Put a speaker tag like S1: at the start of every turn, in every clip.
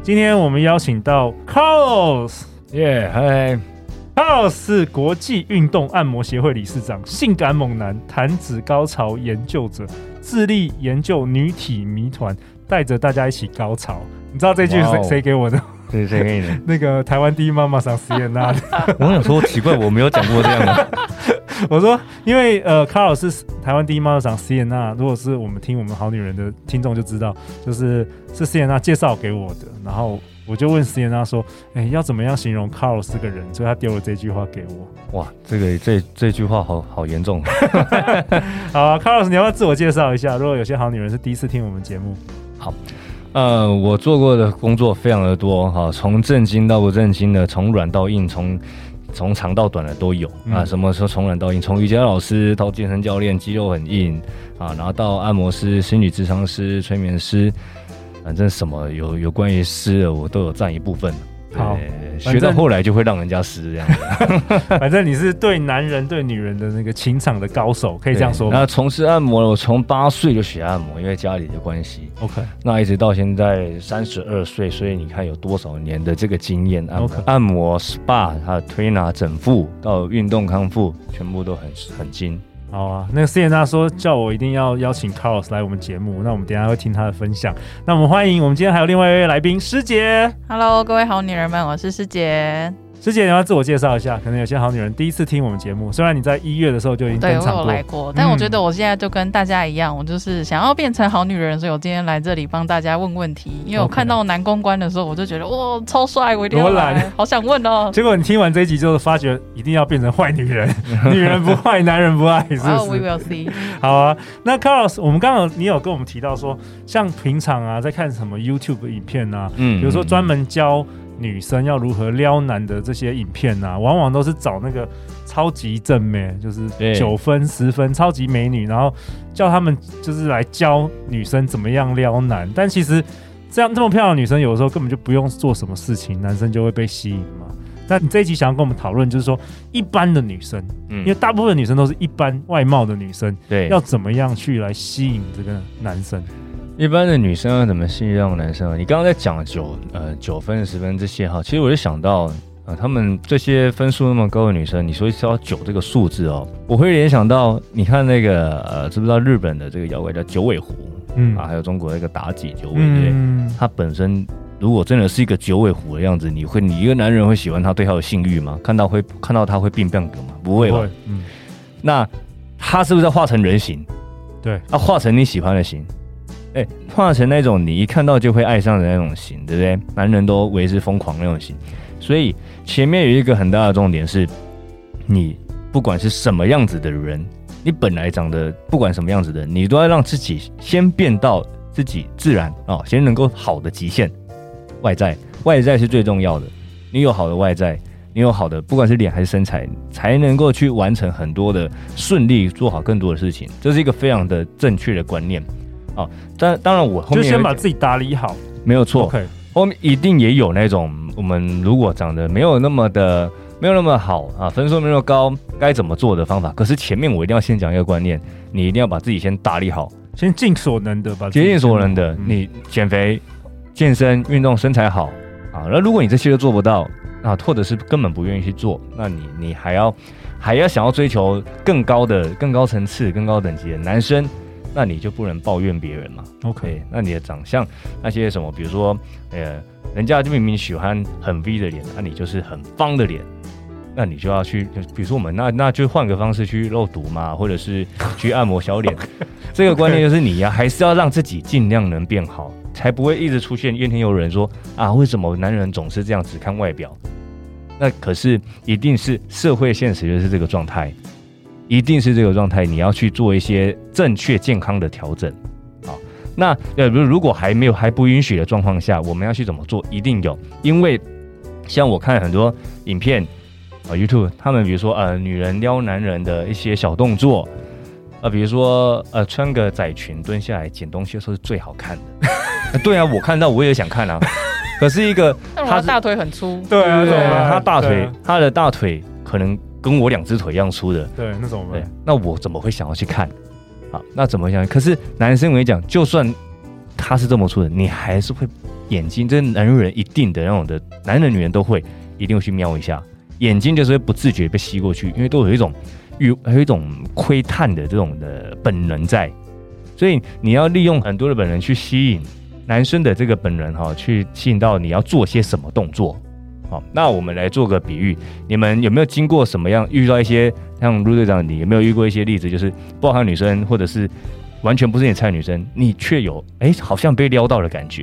S1: 今天我们邀请到 Carlos。
S2: 耶，嗨，
S1: Carlos 是国际运动按摩协会理事长，性感猛男、弹指高潮研究者，致力研究女体谜团，带着大家一起高潮。你知道这句是
S2: 哇
S1: 谁
S2: 哦
S1: 谁给我的？
S2: 这是谁给你的？
S1: 那个台湾第一妈妈桑斯妍娜的。
S2: 我想说，奇怪，我没有讲过这样 的。
S1: 我说，因为呃，卡老师是台湾第一妈妈桑斯妍娜，如果是我们听我们好女人的听众就知道，就是是斯妍娜介绍给我的，然后我就问斯妍娜说，哎、要怎么样形容卡老师这个人？所以她丢了这句话给我。
S2: 哇，这个这这句话好好严重。啊
S1: 好、啊，卡老师，你要不要自我介绍一下？如果有些好女人是第一次听我们节目，
S2: 呃，我做过的工作非常的多哈，从震惊到不震惊的，从软到硬，从从长到短的都有
S1: 嗯
S2: 啊。什么说从软到硬？从瑜伽老师到健身教练，肌肉很硬啊，然后到按摩师、心理咨商师、催眠师，反正什么有有关于师的，我都有占一部分。
S1: 好
S2: 对
S1: 反
S2: 学到
S1: 正
S2: 后来就会让人家湿这样。
S1: 反正你是对男人对女人的那个情场的高手，可以这样说
S2: 对
S1: 吗
S2: 那从事按摩，我从八岁就学按摩，因为家里的关系，
S1: ？OK，
S2: 那一直到现在三十二岁，所以你看有多少年的这个经验，按摩
S1: OK
S2: 按摩、SPA，还有推拿、整复到运动康复，全部都很很精。
S1: 好啊，那个斯妍娜说叫我一定要邀请 Carlos 来我们节目，那我们等一下会听他的分享。那我们欢迎我们今天还有另外一位来宾师姐。
S3: Hello，各位好女人们，我是师姐。
S1: 师姐，你要不要自我介绍一下，可能有些好女人第一次听我们节目，虽然你在一月的时候就已经
S3: 对
S1: 登
S3: 我
S1: 场
S3: 有
S1: 过嗯
S3: 来，过，但我觉得我现在就跟大家一样，我就是想要变成好女人，所以我今天来这里帮大家问问题。因为我
S1: OK
S3: 看到男公关的时候，我就觉得哇，超帅，我一定要
S1: 多
S3: 来
S1: 懒，
S3: 好想问哦。
S1: 结果你听完这一集就是发觉一定要变成坏女 人，女人不坏，男人不爱， 是
S3: 哇
S1: 不
S3: ，We
S1: 是？
S3: will see。
S1: 好啊，那 Carlos，我们刚刚有你有跟我们提到说，像平常啊在看什么 YouTube 影片啊，
S2: 嗯
S1: 比如说专门教女生要如何撩男的这些影片啊，往往都是找那个超级正妹，就是
S2: 对
S1: 九分、十分超级美女，然后叫他们就是来教女生怎么样撩男。但其实这样这么漂亮的女生，有时候根本就不用做什么事情，男生就会被吸引嘛。那你这一集想要跟我们讨论，就是说一般的女生，
S2: 嗯
S1: 因为大部分女生都是一般外貌的女生，
S2: 对
S1: 要怎么样去来吸引这个男生？
S2: 一般的女生要怎么信任男生啊？你刚刚在讲九呃九分十分这些哈，其实我就想到呃，他们这些分数那么高的女生，你说要九这个数字哦，我会联想到你看那个呃，知不知道日本的这个摇滚叫九尾狐
S1: 嗯
S2: 啊，还有中国那个妲己九尾，对不对，
S1: 嗯，
S2: 它本身。如果真的是一个九尾狐的样子，你会你一个男人会喜欢她，对她有性欲吗？看到会看到她会变变格吗？不会吧？，
S1: 嗯，
S2: 那他是不是要画成人形？
S1: 对，
S2: 要、画成你喜欢的形。哎、画成那种你一看到就会爱上的那种型，对不对？男人都为之疯狂那种型。所以前面有一个很大的重点是，你不管是什么样子的人，你本来长得不管什么样子的人，你都要让自己先变到自己自然哦，先能够好的极限。外在，外在是最重要的。你有好的外在，你有好的，不管是脸还是身材，才能够去完成很多的顺利，做好更多的事情。这是一个非常的正确的观念。哦，但当然我后
S1: 就
S2: 面
S1: 先
S2: 有
S1: 把自己打理好。
S2: 没有错，
S1: OK，
S2: 后面一定也有那种我们如果长得没有那么的呃没有那么好啊，分数没有那么高，该怎么做的方法。可是前面我一定要先讲一个观念，你一定要把自己先打理好，
S1: 先尽所能的把自己
S2: 竭尽所能的
S1: 嗯，
S2: 你减肥、健身、运动、身材好啊。那如果你这些都做不到啊，或者是根本不愿意去做，那你你还要还要想要追求更高的、更高层次、更高等级的男生，那你就不能抱怨别人嘛。
S1: OK，
S2: 对，那你的长相那些什么，比如说，呃，人家就明明喜欢很 V 的脸，那、你就是很方的脸，那你就要去，就比如说我们那那就换个方式去肉毒嘛，或者是去按摩小脸，这个观念就是你呀、还是要让自己尽量能变好，才不会一直出现怨天尤人说啊，为什么男人总是这样只看外表？那可是一定是社会现实就是这个状态，一定是这个状态，你要去做一些正确健康的调整。那呃，如如果还没有还不允许的状况下，我们要去怎么做？一定有，因为像我看很多影片啊、呃 YouTube 他们比如说呃，女人撩男人的一些小动作。呃，比如说，呃，穿个窄裙蹲下来捡东西的时候是最好看的。 呃对啊，我看到我也 想看啊。可是一个
S3: 但我
S2: 他
S3: 的
S2: 是
S3: 大腿很粗，
S1: 对啊，
S2: 对
S1: 对啊，
S2: 他大
S1: 对
S2: 腿
S1: 啊，
S2: 他的大腿可能跟我两只腿一样粗的，
S1: 对，那怎么
S2: 对
S1: 办？，
S2: 那我怎么会想要去看？好，那怎么想？可是男生我跟你讲，就算他是这么粗的，你还是会眼睛，这男人一定的那种的，男人女人都会，一定会去瞄一下，眼睛就是会不自觉被吸过去，因为都有一种欲，还有一种窥探的这种的本能在，所以你要利用很多的本能去吸引男生的这个本能哈、去吸引到你要做些什么动作。好，那我们来做个比喻，你们有没有经过什么样遇到一些像陆队长你有没有遇过一些例子，就是不好看的女生或者是完全不是你菜的女生，你却有哎、好像被撩到的感觉，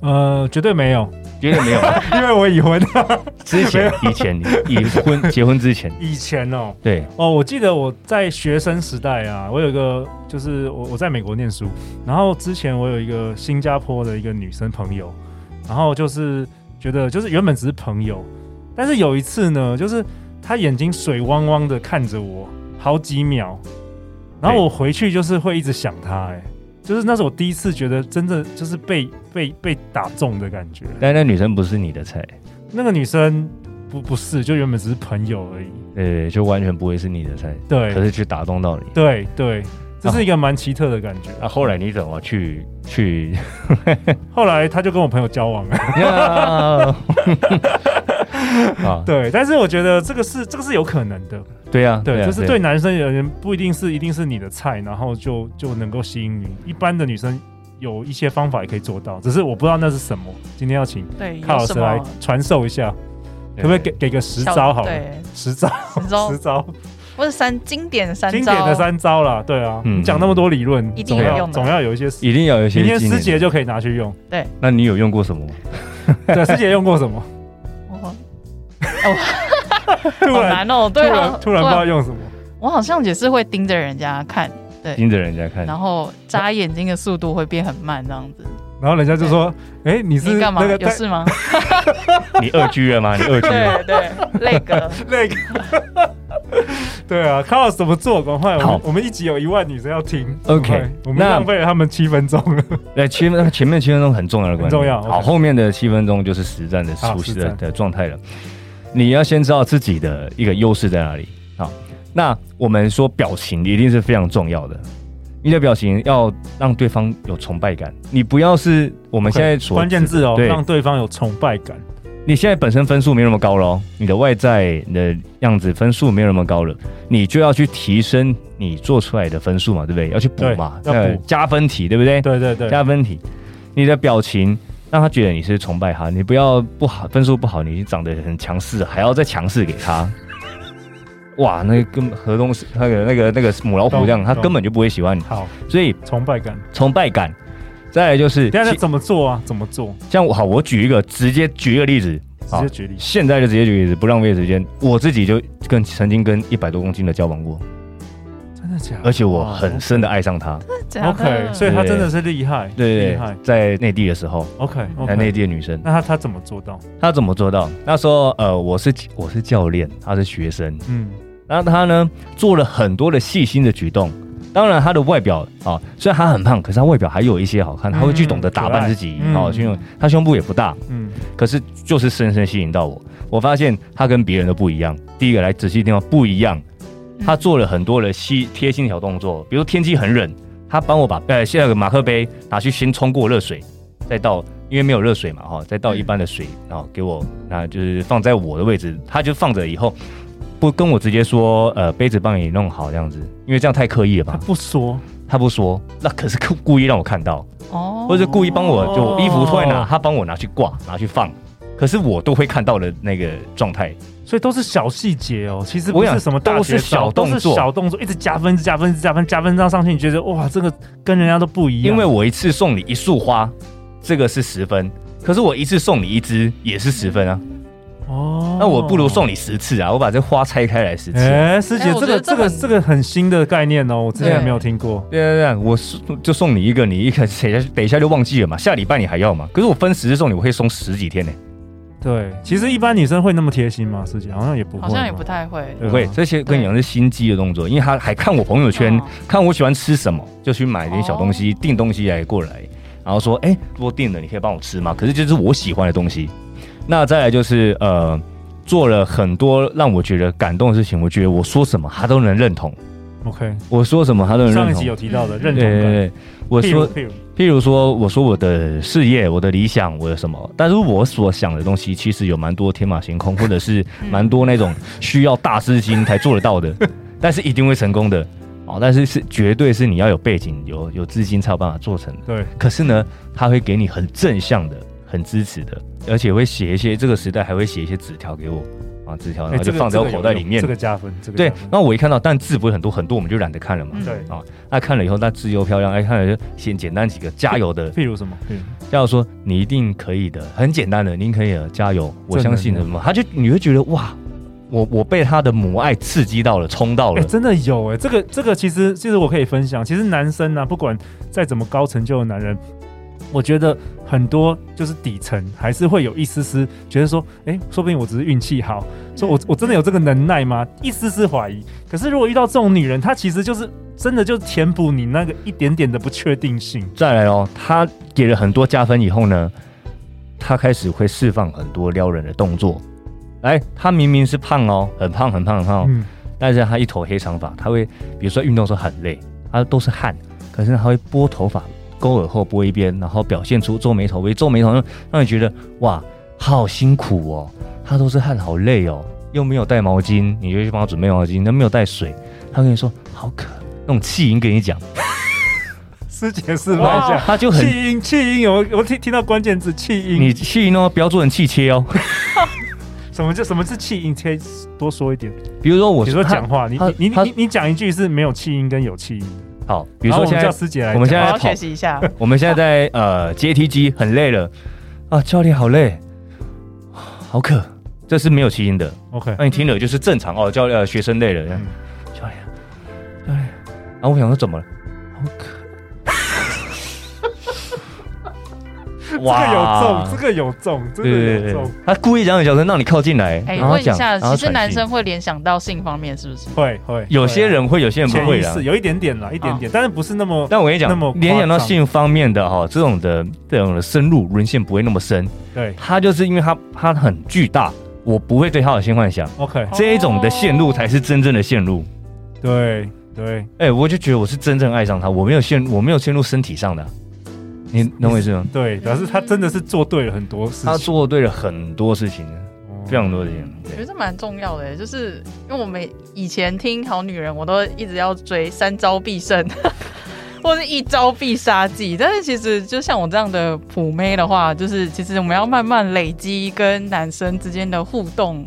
S1: 呃，绝对没有，
S2: 绝对 没有。
S1: 因为我已婚。
S2: 之前以前已婚结婚之前，
S1: 以前哦，
S2: 对，
S1: 哦，我记得我在学生时代啊，我有一个就是我我在美国念书，然后之前我有一个新加坡的一个女生朋友，然后就是觉得就是原本只是朋友，但是有一次呢，就是她眼睛水汪汪的看着我好几秒，然后我回去就是会一直想她、哎，就是那是我第一次觉得真的就是被被被打中的感觉。
S2: 但那女生不是你的菜，
S1: 那个女生不不是，就原本只是朋友而已，
S2: 对，就完全不会是你的菜，
S1: 对
S2: 可。是却打动到你。
S1: 对对，这是一个蛮奇特的感觉。啊
S2: 那、后来你怎么去去？
S1: 后来他就跟我朋友交往 了，
S2: 啊，
S1: 对。但是我觉得这个是这个是有可能的，
S2: 对啊，
S1: 对，
S2: 啊
S1: 就是
S2: 啊
S1: 对男生而言不一定是一定是你的菜，然后就就能够吸引你。一般的女生有一些方法也可以做到，只是我不知道那是什么。今天要请
S3: 对，
S1: 卡
S3: 有
S1: 老
S3: 什
S1: 师来
S3: 么
S1: 传授一下，可
S2: 对
S1: 不可以给给个十
S3: 小
S1: 招好了？
S3: 对，
S1: 十招，
S3: 十招
S1: 十招，
S3: 不是三经典三招，
S1: 经典的三招啦，对啊。
S2: 嗯
S1: 你讲那么多理论，
S3: 嗯一定
S1: 总
S3: 有
S1: 要
S3: 用的
S1: 总要有一些实。
S2: 一定要有一些
S1: 明天
S2: 技
S1: 师
S2: 能
S1: 姐就可以拿去用。
S2: 那你有用过什么吗？
S1: 对，师姐用过 什么？
S3: 哦
S1: 突
S3: 好
S1: 然
S3: 难哦，
S1: 突
S3: 对啊
S1: 然，突然不知道用什么。
S3: 我好像也是会盯着人家看，
S2: 盯着人家看，
S3: 然后眨眼睛的速度会变很慢，这样子。
S1: 然后人家就说：“哎、你是
S3: 你干嘛？
S1: 那个
S3: 有
S1: 带
S3: 事吗？
S2: 你二居了吗？你
S3: 嗯
S2: 二居了吗
S3: 对对，那 个
S1: 那个。”对啊，看到怎么做？赶快，我们
S2: 好
S1: 我们一集有一万女生要听
S2: OK，
S1: 赶快我们
S2: 那
S1: 浪费了他们七分钟了。
S2: 对，七分前面七分钟很重要的
S1: 很
S2: 关键，
S1: 重要
S2: 好，
S1: OK
S2: 后面的七分钟就是实战的
S1: 好
S2: 熟悉
S1: 实
S2: 的
S1: 战
S2: 的状态了。你要先知道自己的一个优势在哪里。好，那我们说表情一定是非常重要的，你的表情要让对方有崇拜感。你不要是我们现在所
S1: 关键字哦，
S2: 对
S1: 让对方有崇拜感。
S2: 你现在本身分数没有那么高喽，你的外在你的样子分数没有那么高了，你就要去提升你做出来的分数嘛，对不对？要去补
S1: 对
S2: 嘛，
S1: 要补
S2: 呃加分题，对不对？
S1: 对对对，
S2: 加分题，你的表情让他觉得你是崇拜他，你不要不好分数不好，你长得很强势，还要再强势给 他。哇，那跟河东狮那个那个那个母老虎这样，
S1: 懂
S2: 他根本就不会喜欢你。
S1: 好，
S2: 所以
S1: 崇拜感。
S2: 崇拜感，再来就是
S1: 等一下那
S2: 其
S1: 怎么做啊？怎么做？
S2: 像我好，我举一个直接举一个例子，
S1: 直
S2: 好
S1: 接举例。
S2: 现在就直接举例子，不浪费时间。我自己就跟曾经跟一百多公斤的交往
S1: 啊
S2: 过，
S1: 真的假的？
S2: 而且我很深的爱上他。
S3: 这样
S1: OK，所以他真的是厉害，
S2: 对对
S1: 厉害
S2: 对，。在内地的时候，
S1: OK
S2: 在内
S1: OK，
S2: 地的女生，
S1: 那他他怎么做到？
S2: 他怎么做到？那时候呃，我是我是教练，他是学生，
S1: 嗯，
S2: 然后他呢做了很多的细心的举动。当然，他的外表啊，虽然他很胖，可是他外表还有一些好看，他会去懂得打扮自己
S1: 嗯可爱
S2: 啊，
S1: 嗯
S2: 去用他胸部也不大，
S1: 嗯，
S2: 可是就是深深吸引到我。我发现他跟别人都不一样。第一个来仔细听哦，不一样。他做了很多的细贴心小动作，比如天气很冷，他帮我把呃现在有个马克杯拿去先冲过热水，再到因为没有热水嘛哈，再倒一般的水，然后给我，那就是放在我的位置，他就放着以后。不跟我直接说，呃，杯子帮你弄好这样子，因为这样太刻意了
S1: 他
S2: 吧？
S1: 不说，
S2: 他不说，那可是故故意让我看到，
S3: 哦
S2: 或者故意帮我就我衣服突然拿，
S1: 哦
S2: 他帮我拿去挂，拿去放，可是我都会看到的那个状态。
S1: 所以都是小细节哦，其实
S2: 我
S1: 不
S2: 想
S1: 是什么大
S2: 都
S1: 绝
S2: 是
S1: 招
S2: 小动作
S1: 都是小动作，一直加分、加分、加分、加分，这样上去，你觉得哇，这个跟人家都不一样。
S2: 因为我一次送你一束花，这个是十分，可是我一次送你一支也是十分啊，
S1: 哦
S2: 那我不如送你十次啊，我把这花拆开来十次。
S1: 哎，师姐
S3: 哎，我
S1: 这
S3: 觉
S1: 个
S3: 得
S1: 这
S3: 这
S1: 个
S3: 很
S1: 这个很新的概念哦，我之前没有听过。
S2: 对啊对对，我送就送你一个，你一个等一下等一下就忘记了嘛，下礼拜你还要嘛？可是我分十次送你，我可以送十几天呢、
S1: 对，其实一般女生会那么贴心吗？师姐好像也不会，
S3: 好像也不。太会。
S1: 对啊
S2: 不会，这些跟你讲是心机的动作，因为他还看我朋友圈
S3: 哦，
S2: 看我喜欢吃什么，就去买点小东西，订东西来过来，然后说，哎，我订了，你可以帮我吃吗？可是这是我喜欢的东西。那再来就是呃，做了很多让我觉得感动的事情，我觉得我说什么他都能认同，
S1: OK，
S2: 我说什么他都能认同。
S1: 上一集有提到的认
S2: 对
S1: 同
S2: 对
S1: 感，
S2: 对，我
S1: 譬如
S2: 说
S1: 譬如
S2: 譬如说，我说我的事业、我的理想、我的什么，但是我所想的东西其实有蛮多天马行空，或者是
S1: 嗯
S2: 蛮多那种需要大师心才做得到 的，但是一定会成功的。哦，但是是绝对是你要有背景、有有资金才有办法做成的。
S1: 对，
S2: 可是呢，他会给你很正向的、很支持的，而且会写一些这个时代还会写一些纸条给我啊，纸条
S1: 哎
S2: 然后就
S1: 这个
S2: 放在我
S1: 这个
S2: 口袋
S1: 有
S2: 里面。
S1: 这个加分，这个
S2: 对
S1: 加，分
S2: 那我一看到，但字不是很多，很多我们就懒得看了嘛。
S3: 嗯
S1: 对，
S2: 那看了以后，那字又漂亮，哎，看了就先简单几个加 油的
S1: 譬如什么？譬如
S2: 要说你一定可以的，很简单的，您可以的，加油，我
S1: 正能
S2: 相信的
S1: 量
S2: 什么，他就你会觉得哇，我我被他的母爱刺激到了，冲到
S1: 哎、
S2: 了，
S1: 真的有哎、这个这个其实其实我可以分享，其实男生啊呢、不管再怎么高成就的男人，我觉得很多就是底层还是会有一丝丝觉得说，哎、说不定我只是运气好，说我我真的有这个能耐吗？一丝丝怀疑。可是如果遇到这种女人，她其实就是真的就填补你那个一点点的不确定性。
S2: 再来哦，他给了很多加分以后呢，他开始会释放很多撩人的动作。来，他明明是胖哦，很胖很胖很胖哦、
S1: 嗯，
S2: 但是他一头黑长发，他会比如说运动的时候很累，他都是汗，可是他会拨头发，勾耳后拨一边，然后表现出皱眉头，微皱眉头，让让你觉得哇，好辛苦哦，他都是汗，好累哦，又没有带毛巾，你就去帮他准备毛巾，那没有带水，他跟你说好渴，那种气音跟你讲，
S1: 师姐示范一下。
S2: 他就很
S1: 气音，气音有，我听听到关键字气音。
S2: 你气音哦，不要做成气切哦，
S1: 什么叫什么是气音？可以多说一点。
S2: 比如说我
S1: 比如 说讲话，你
S2: 他
S1: 你你
S2: 他
S1: 你你讲一句是没有气音跟有气音的，
S2: 好，比如
S1: 然后
S2: 说
S1: 我们
S2: 现
S1: 叫
S2: 在
S1: 师姐来讲，
S2: 我们现
S3: 我
S2: 在
S3: 要
S2: 跑
S3: 学习 一下，
S2: 我们现在在呃阶梯机，很累了啊，教练好累，好渴，这是没有气音的。
S1: OK，
S2: 那、你听了就是正常哦，教练、呃、学生累了，这样
S1: 嗯
S2: 教练教练，然后我想说怎么了，好 渴，
S1: 这个有中，这个有中，真
S2: 对对
S1: 的
S2: 对
S1: 有
S2: 对
S1: 中，，
S2: 他故意讲很小声让你靠近来，
S3: 哎，
S2: 然后
S3: 问一
S2: 讲，
S3: 下，
S2: 然后
S3: 其实
S2: 喘
S3: 男
S2: 气
S3: 生会啊联想到性方面是不是？
S1: 会会，
S2: 有些人会，啊有些人
S1: 会啊
S2: 不
S1: 潜
S2: 会
S1: 意
S2: 啦
S1: 识。有一点点啦，一点点，但是不是那么
S2: 但我跟你
S1: 那
S2: 讲
S1: 么，夸张
S2: 联想到性方面的哈、这种的这种的深入沦陷不会那么深，
S1: 对
S2: 它就是因为它它很巨大，我不会对它有性幻想，
S1: OK，
S2: 这一种的线路才是真正的线路。
S1: 对对，
S2: 哎、我就觉得我是真正爱上他，我没有陷我没有陷入身体上的啊、你懂我意思吗？
S1: 对，表示他真的是做对了很多事
S2: 他
S1: 情，
S2: 做对了很多事情，非常多事情。
S3: 嗯我觉
S2: 对
S3: 得这蛮重要的，就是因为我们以前听《好女人》，我都一直要追三招必胜， 或是一招必杀技。但是其实就像我这样的普妹的话，就是其实我们要慢慢累积跟男生之间的互动，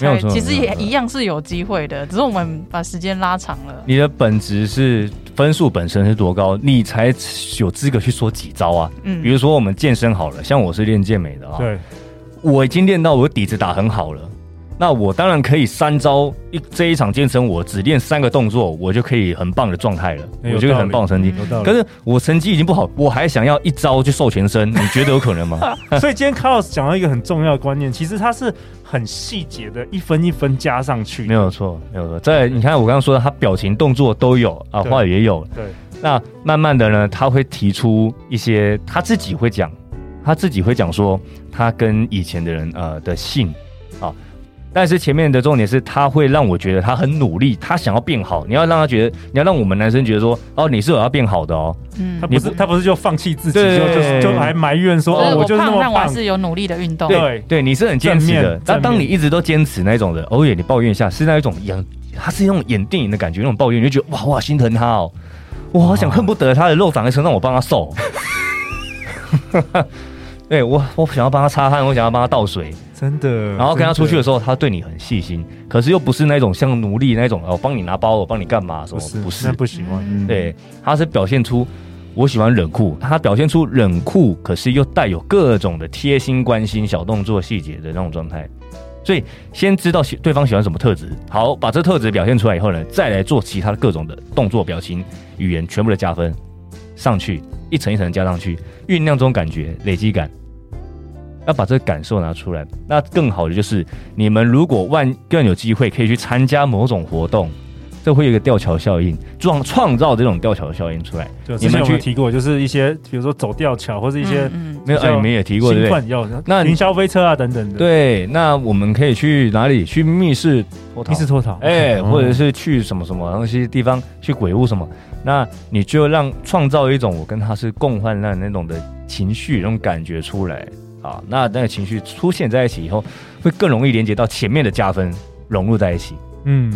S2: 没有
S3: 才
S2: 错
S3: 其实
S2: 没有
S3: 也
S2: 错
S3: 一样是有机会的，只是我们把时间拉长了。
S2: 你的本质是分数本身是多高，你才有资格去说几招啊。
S3: 嗯
S2: 比如说我们健身好了，像我是练健美的啊，
S1: 哦对
S2: 我已经练到我底子打很好了，那我当然可以三招一这一场健身，我只练三个动作，我就可以很棒的状态了，
S1: 哎有
S2: 我就可以很
S1: 道
S2: 棒的成绩。
S1: 有道
S2: 可
S1: 理。
S2: 是我成绩已经不好，我还想要一招就瘦全身，你觉得有可能吗？
S1: 所以今天 Carlos 讲到一个很重要的观念，其实他是很细节的，一分一分加上去
S2: 没。有错，没有错。再来你看我刚刚说的，他表情动作都有啊，
S1: 对
S2: 话语也有。
S1: 对，
S2: 那慢慢的呢，他会提出一些他自己会讲，他自己会讲说他跟以前的人呃的性啊。但是前面的重点是，他会让我觉得他很努力，他想要变好。你要让他觉得，你要让我们男生觉得说，哦，你是有要变好的哦。
S3: 嗯
S1: 他，不是
S2: 你
S1: 他不是就放弃自己，
S2: 对
S1: 就就是就还埋怨说
S3: 所以
S1: 哦，
S3: 我
S1: 就是那
S3: 胖，
S1: 么
S3: 但我还
S1: 胖，
S3: 是有努力的运动。
S1: 哦
S3: 嗯
S1: 对
S2: 对，你是很坚持
S1: 正
S2: 的
S1: 面。
S2: 但当
S1: 正
S2: 你
S1: 面
S2: 一直都坚持那一种的，偶尔你抱怨一下，是那一种演，他是那种演电影的感觉，那种抱怨，你就觉得哇哇心疼他哦，我好想恨不得他的肉长在身上，我帮他瘦。 对我，我想要帮他擦汗，我想要帮他倒水，
S1: 真的。
S2: 然后跟他出去
S1: 真
S2: 的
S1: 的
S2: 时候，他对你很细心，可是又不是那种像奴隶那种，哦，帮你拿包，我帮你干嘛什
S1: 不
S2: 么？
S1: 是
S2: 不是
S1: 那，不喜欢，
S3: 嗯
S2: 对，他是表现出我喜欢冷酷，他表现出冷酷，可是又带有各种的贴心、关心、小动作、细节的那种状态。所以先知道喜对方喜欢什么特质，好，把这特质表现出来以后呢，再来做其他的各种的动作、表情、语言，全部的加分上去，一层一层地加上去，酝酿这种感觉，累积感。要把这个感受拿出来，那更好的就是你们如果万更有机会可以去参加某种活动，这会有一个吊桥效应，创创造这种吊桥效应出来。
S1: 对，
S2: 你
S1: 嗯之
S2: 们
S1: 前我们
S2: 去
S1: 提过，就是一些比如说走吊桥或是一些
S3: 嗯嗯
S2: 没有，哎，你们也提过
S1: 新
S2: 对不对？
S1: 冠药，
S2: 那你
S1: 云霄飞车啊等等的，，
S2: 对，那我们可以去哪里？去密室脱逃
S1: 密室脱逃，
S2: 哎、
S1: 嗯
S2: 或者是去什么什么东西地方去鬼屋什么，那你就让创造一种我跟他是共患难那种的情绪、那种感觉出来啊。那那个情绪出现在一起以后，会更容易连接到前面的加分，融入在一起。
S1: 嗯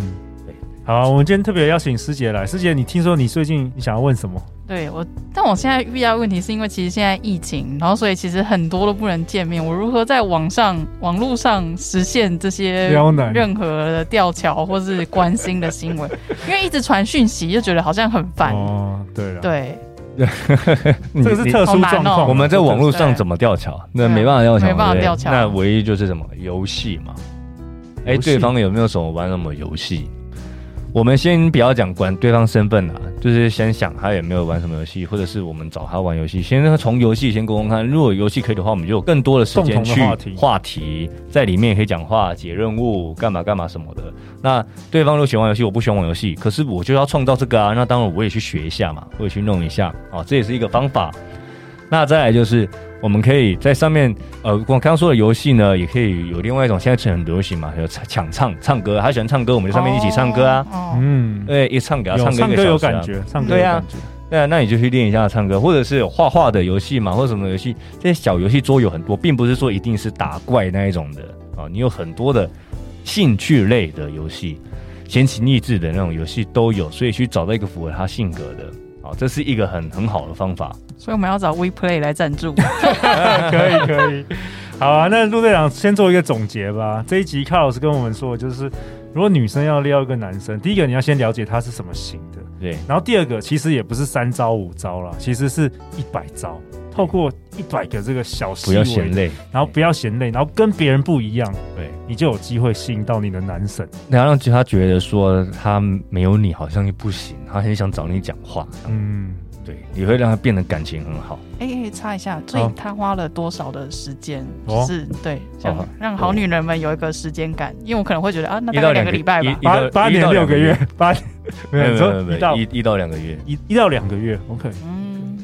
S2: 对。
S1: 好，我们今天特别邀请师姐来。师姐，你听说你最近你想要问什么？
S3: 对我，但我现在遇到的问题是因为其实现在疫情，然后所以其实很多都不能见面。我如何在网上、网络上实现这些
S1: 撩男
S3: 任何的吊桥或是关心的行为？因为一直传讯息，就觉得好像很烦。
S1: 哦，对了，，
S3: 对，
S2: 你
S1: 这个是特殊状
S3: 好难
S1: 况。
S3: 哦
S2: 我们在网络上怎么吊桥？那没办法吊桥，
S3: 没办法
S2: 对不对
S3: 吊桥
S2: 那唯一就是什么游戏嘛？哎，
S1: 游戏
S2: 对方有没有什么玩什么游戏？我们先不要讲管对方身份啊，就是先想他有没有玩什么游戏，或者是我们找他玩游戏，先从游戏先沟通看。如果游戏可以的话，我们就有更多的时间
S1: 共同
S2: 去
S1: 的话题
S2: 话题，在里面也可以讲话、解任务、干嘛干嘛什么的。那对方都喜欢玩游戏，我不喜欢玩游戏，可是我就要创造这个啊，那当然我也去学一下嘛，我也去弄一下啊，这也是一个方法。那再来就是我们可以在上面，呃，我刚刚说的游戏呢，也可以有另外一种，现在是很流行嘛，有抢抢唱唱歌，他喜欢唱歌，我们就上面一起唱歌啊，
S3: 哦。哦
S1: 嗯，
S2: 对，一唱给他
S1: 有
S2: 唱歌
S1: 唱
S2: 一
S1: 歌
S2: 个
S1: 有
S2: 小时、啊，
S1: 感觉，唱歌有
S2: 对啊
S1: 感觉。
S2: 对啊，那你就去练一下唱歌，或者是有画画的游戏嘛，或者什么游戏，这些小游戏桌有很多，并不是说一定是打怪那一种的啊、你有很多的兴趣类的游戏，闲情逸致的那种游戏都有，所以去找到一个符合他性格的。啊，这是一个很很好的方法，
S3: 所以我们要找 WePlay 来赞 助。
S1: 可以可以。好啊，那陆队长先做一个总结吧。这一集卡老师跟我们说，就是如果女生要撩一个男生，第一个你要先了解他是什么型的，
S2: 对，
S1: 然后第二个其实也不是三招五招啦，其实是一百招，透过一百个这个小
S2: 不
S1: 细
S2: 要
S1: 微
S2: 嫌
S1: 的，
S2: 累，
S1: 然后不要嫌累，然后跟别人不一样，
S2: 对，
S1: 你就有机会吸引到你的男神。
S2: 然后让他觉得说他没有你好像又不行，他很想找你讲话，
S1: 嗯，
S2: 对，你会让他变得感情很好。
S3: 哎、哎插一下，所以他花了多少的时间？
S1: 哦
S3: 就是对，
S2: 哦
S3: 想让好女人们有一个时间感，因为我可能会觉得啊，那大
S2: 一到两
S3: 概两
S2: 个
S3: 个礼拜吧。
S2: 一
S1: 八
S2: 到
S1: 八
S2: 一
S1: 点
S2: 到
S1: 六
S2: 两个
S1: 个月，八 没有你说
S2: 没
S1: 一到
S2: 有，一一到两个月，
S1: 一一到两个月，OK，
S3: 嗯，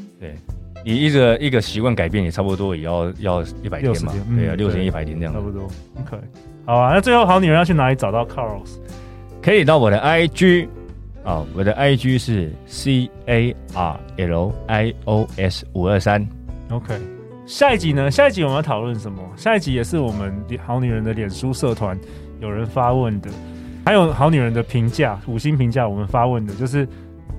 S2: 你一个一个习惯改变也差不多也要要一百天嘛
S1: 60天，嗯
S2: 对啊，六天
S1: 对
S2: 一百天这样
S1: 差
S2: 子。
S1: 不多，OK。好啊，那最后好女人要去哪里找到 Carlos？
S2: 可以到我的 IG 啊、我的 IG 是 C A R L I O S 五二三。
S1: OK，下一集呢？下一集我们要讨论什么？下一集也是我们好女人的脸书社团有人发问的，还有好女人的评价，五星评价我们发问的，就是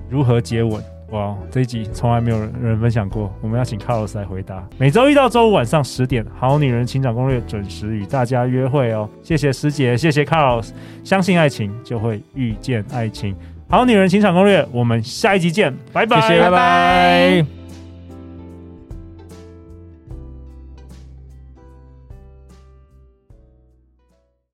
S1: 如何接吻。哇，这一集从来没有人人分享过，我们要请 Carlos 来回答。每周一到周五晚上十点，《好女人情场攻略》准时与大家约会哦。谢谢师姐，谢谢 Carlos，相信爱情就会遇见爱情。好女人情场攻略，我们下一集见，拜拜，
S2: 谢谢，拜拜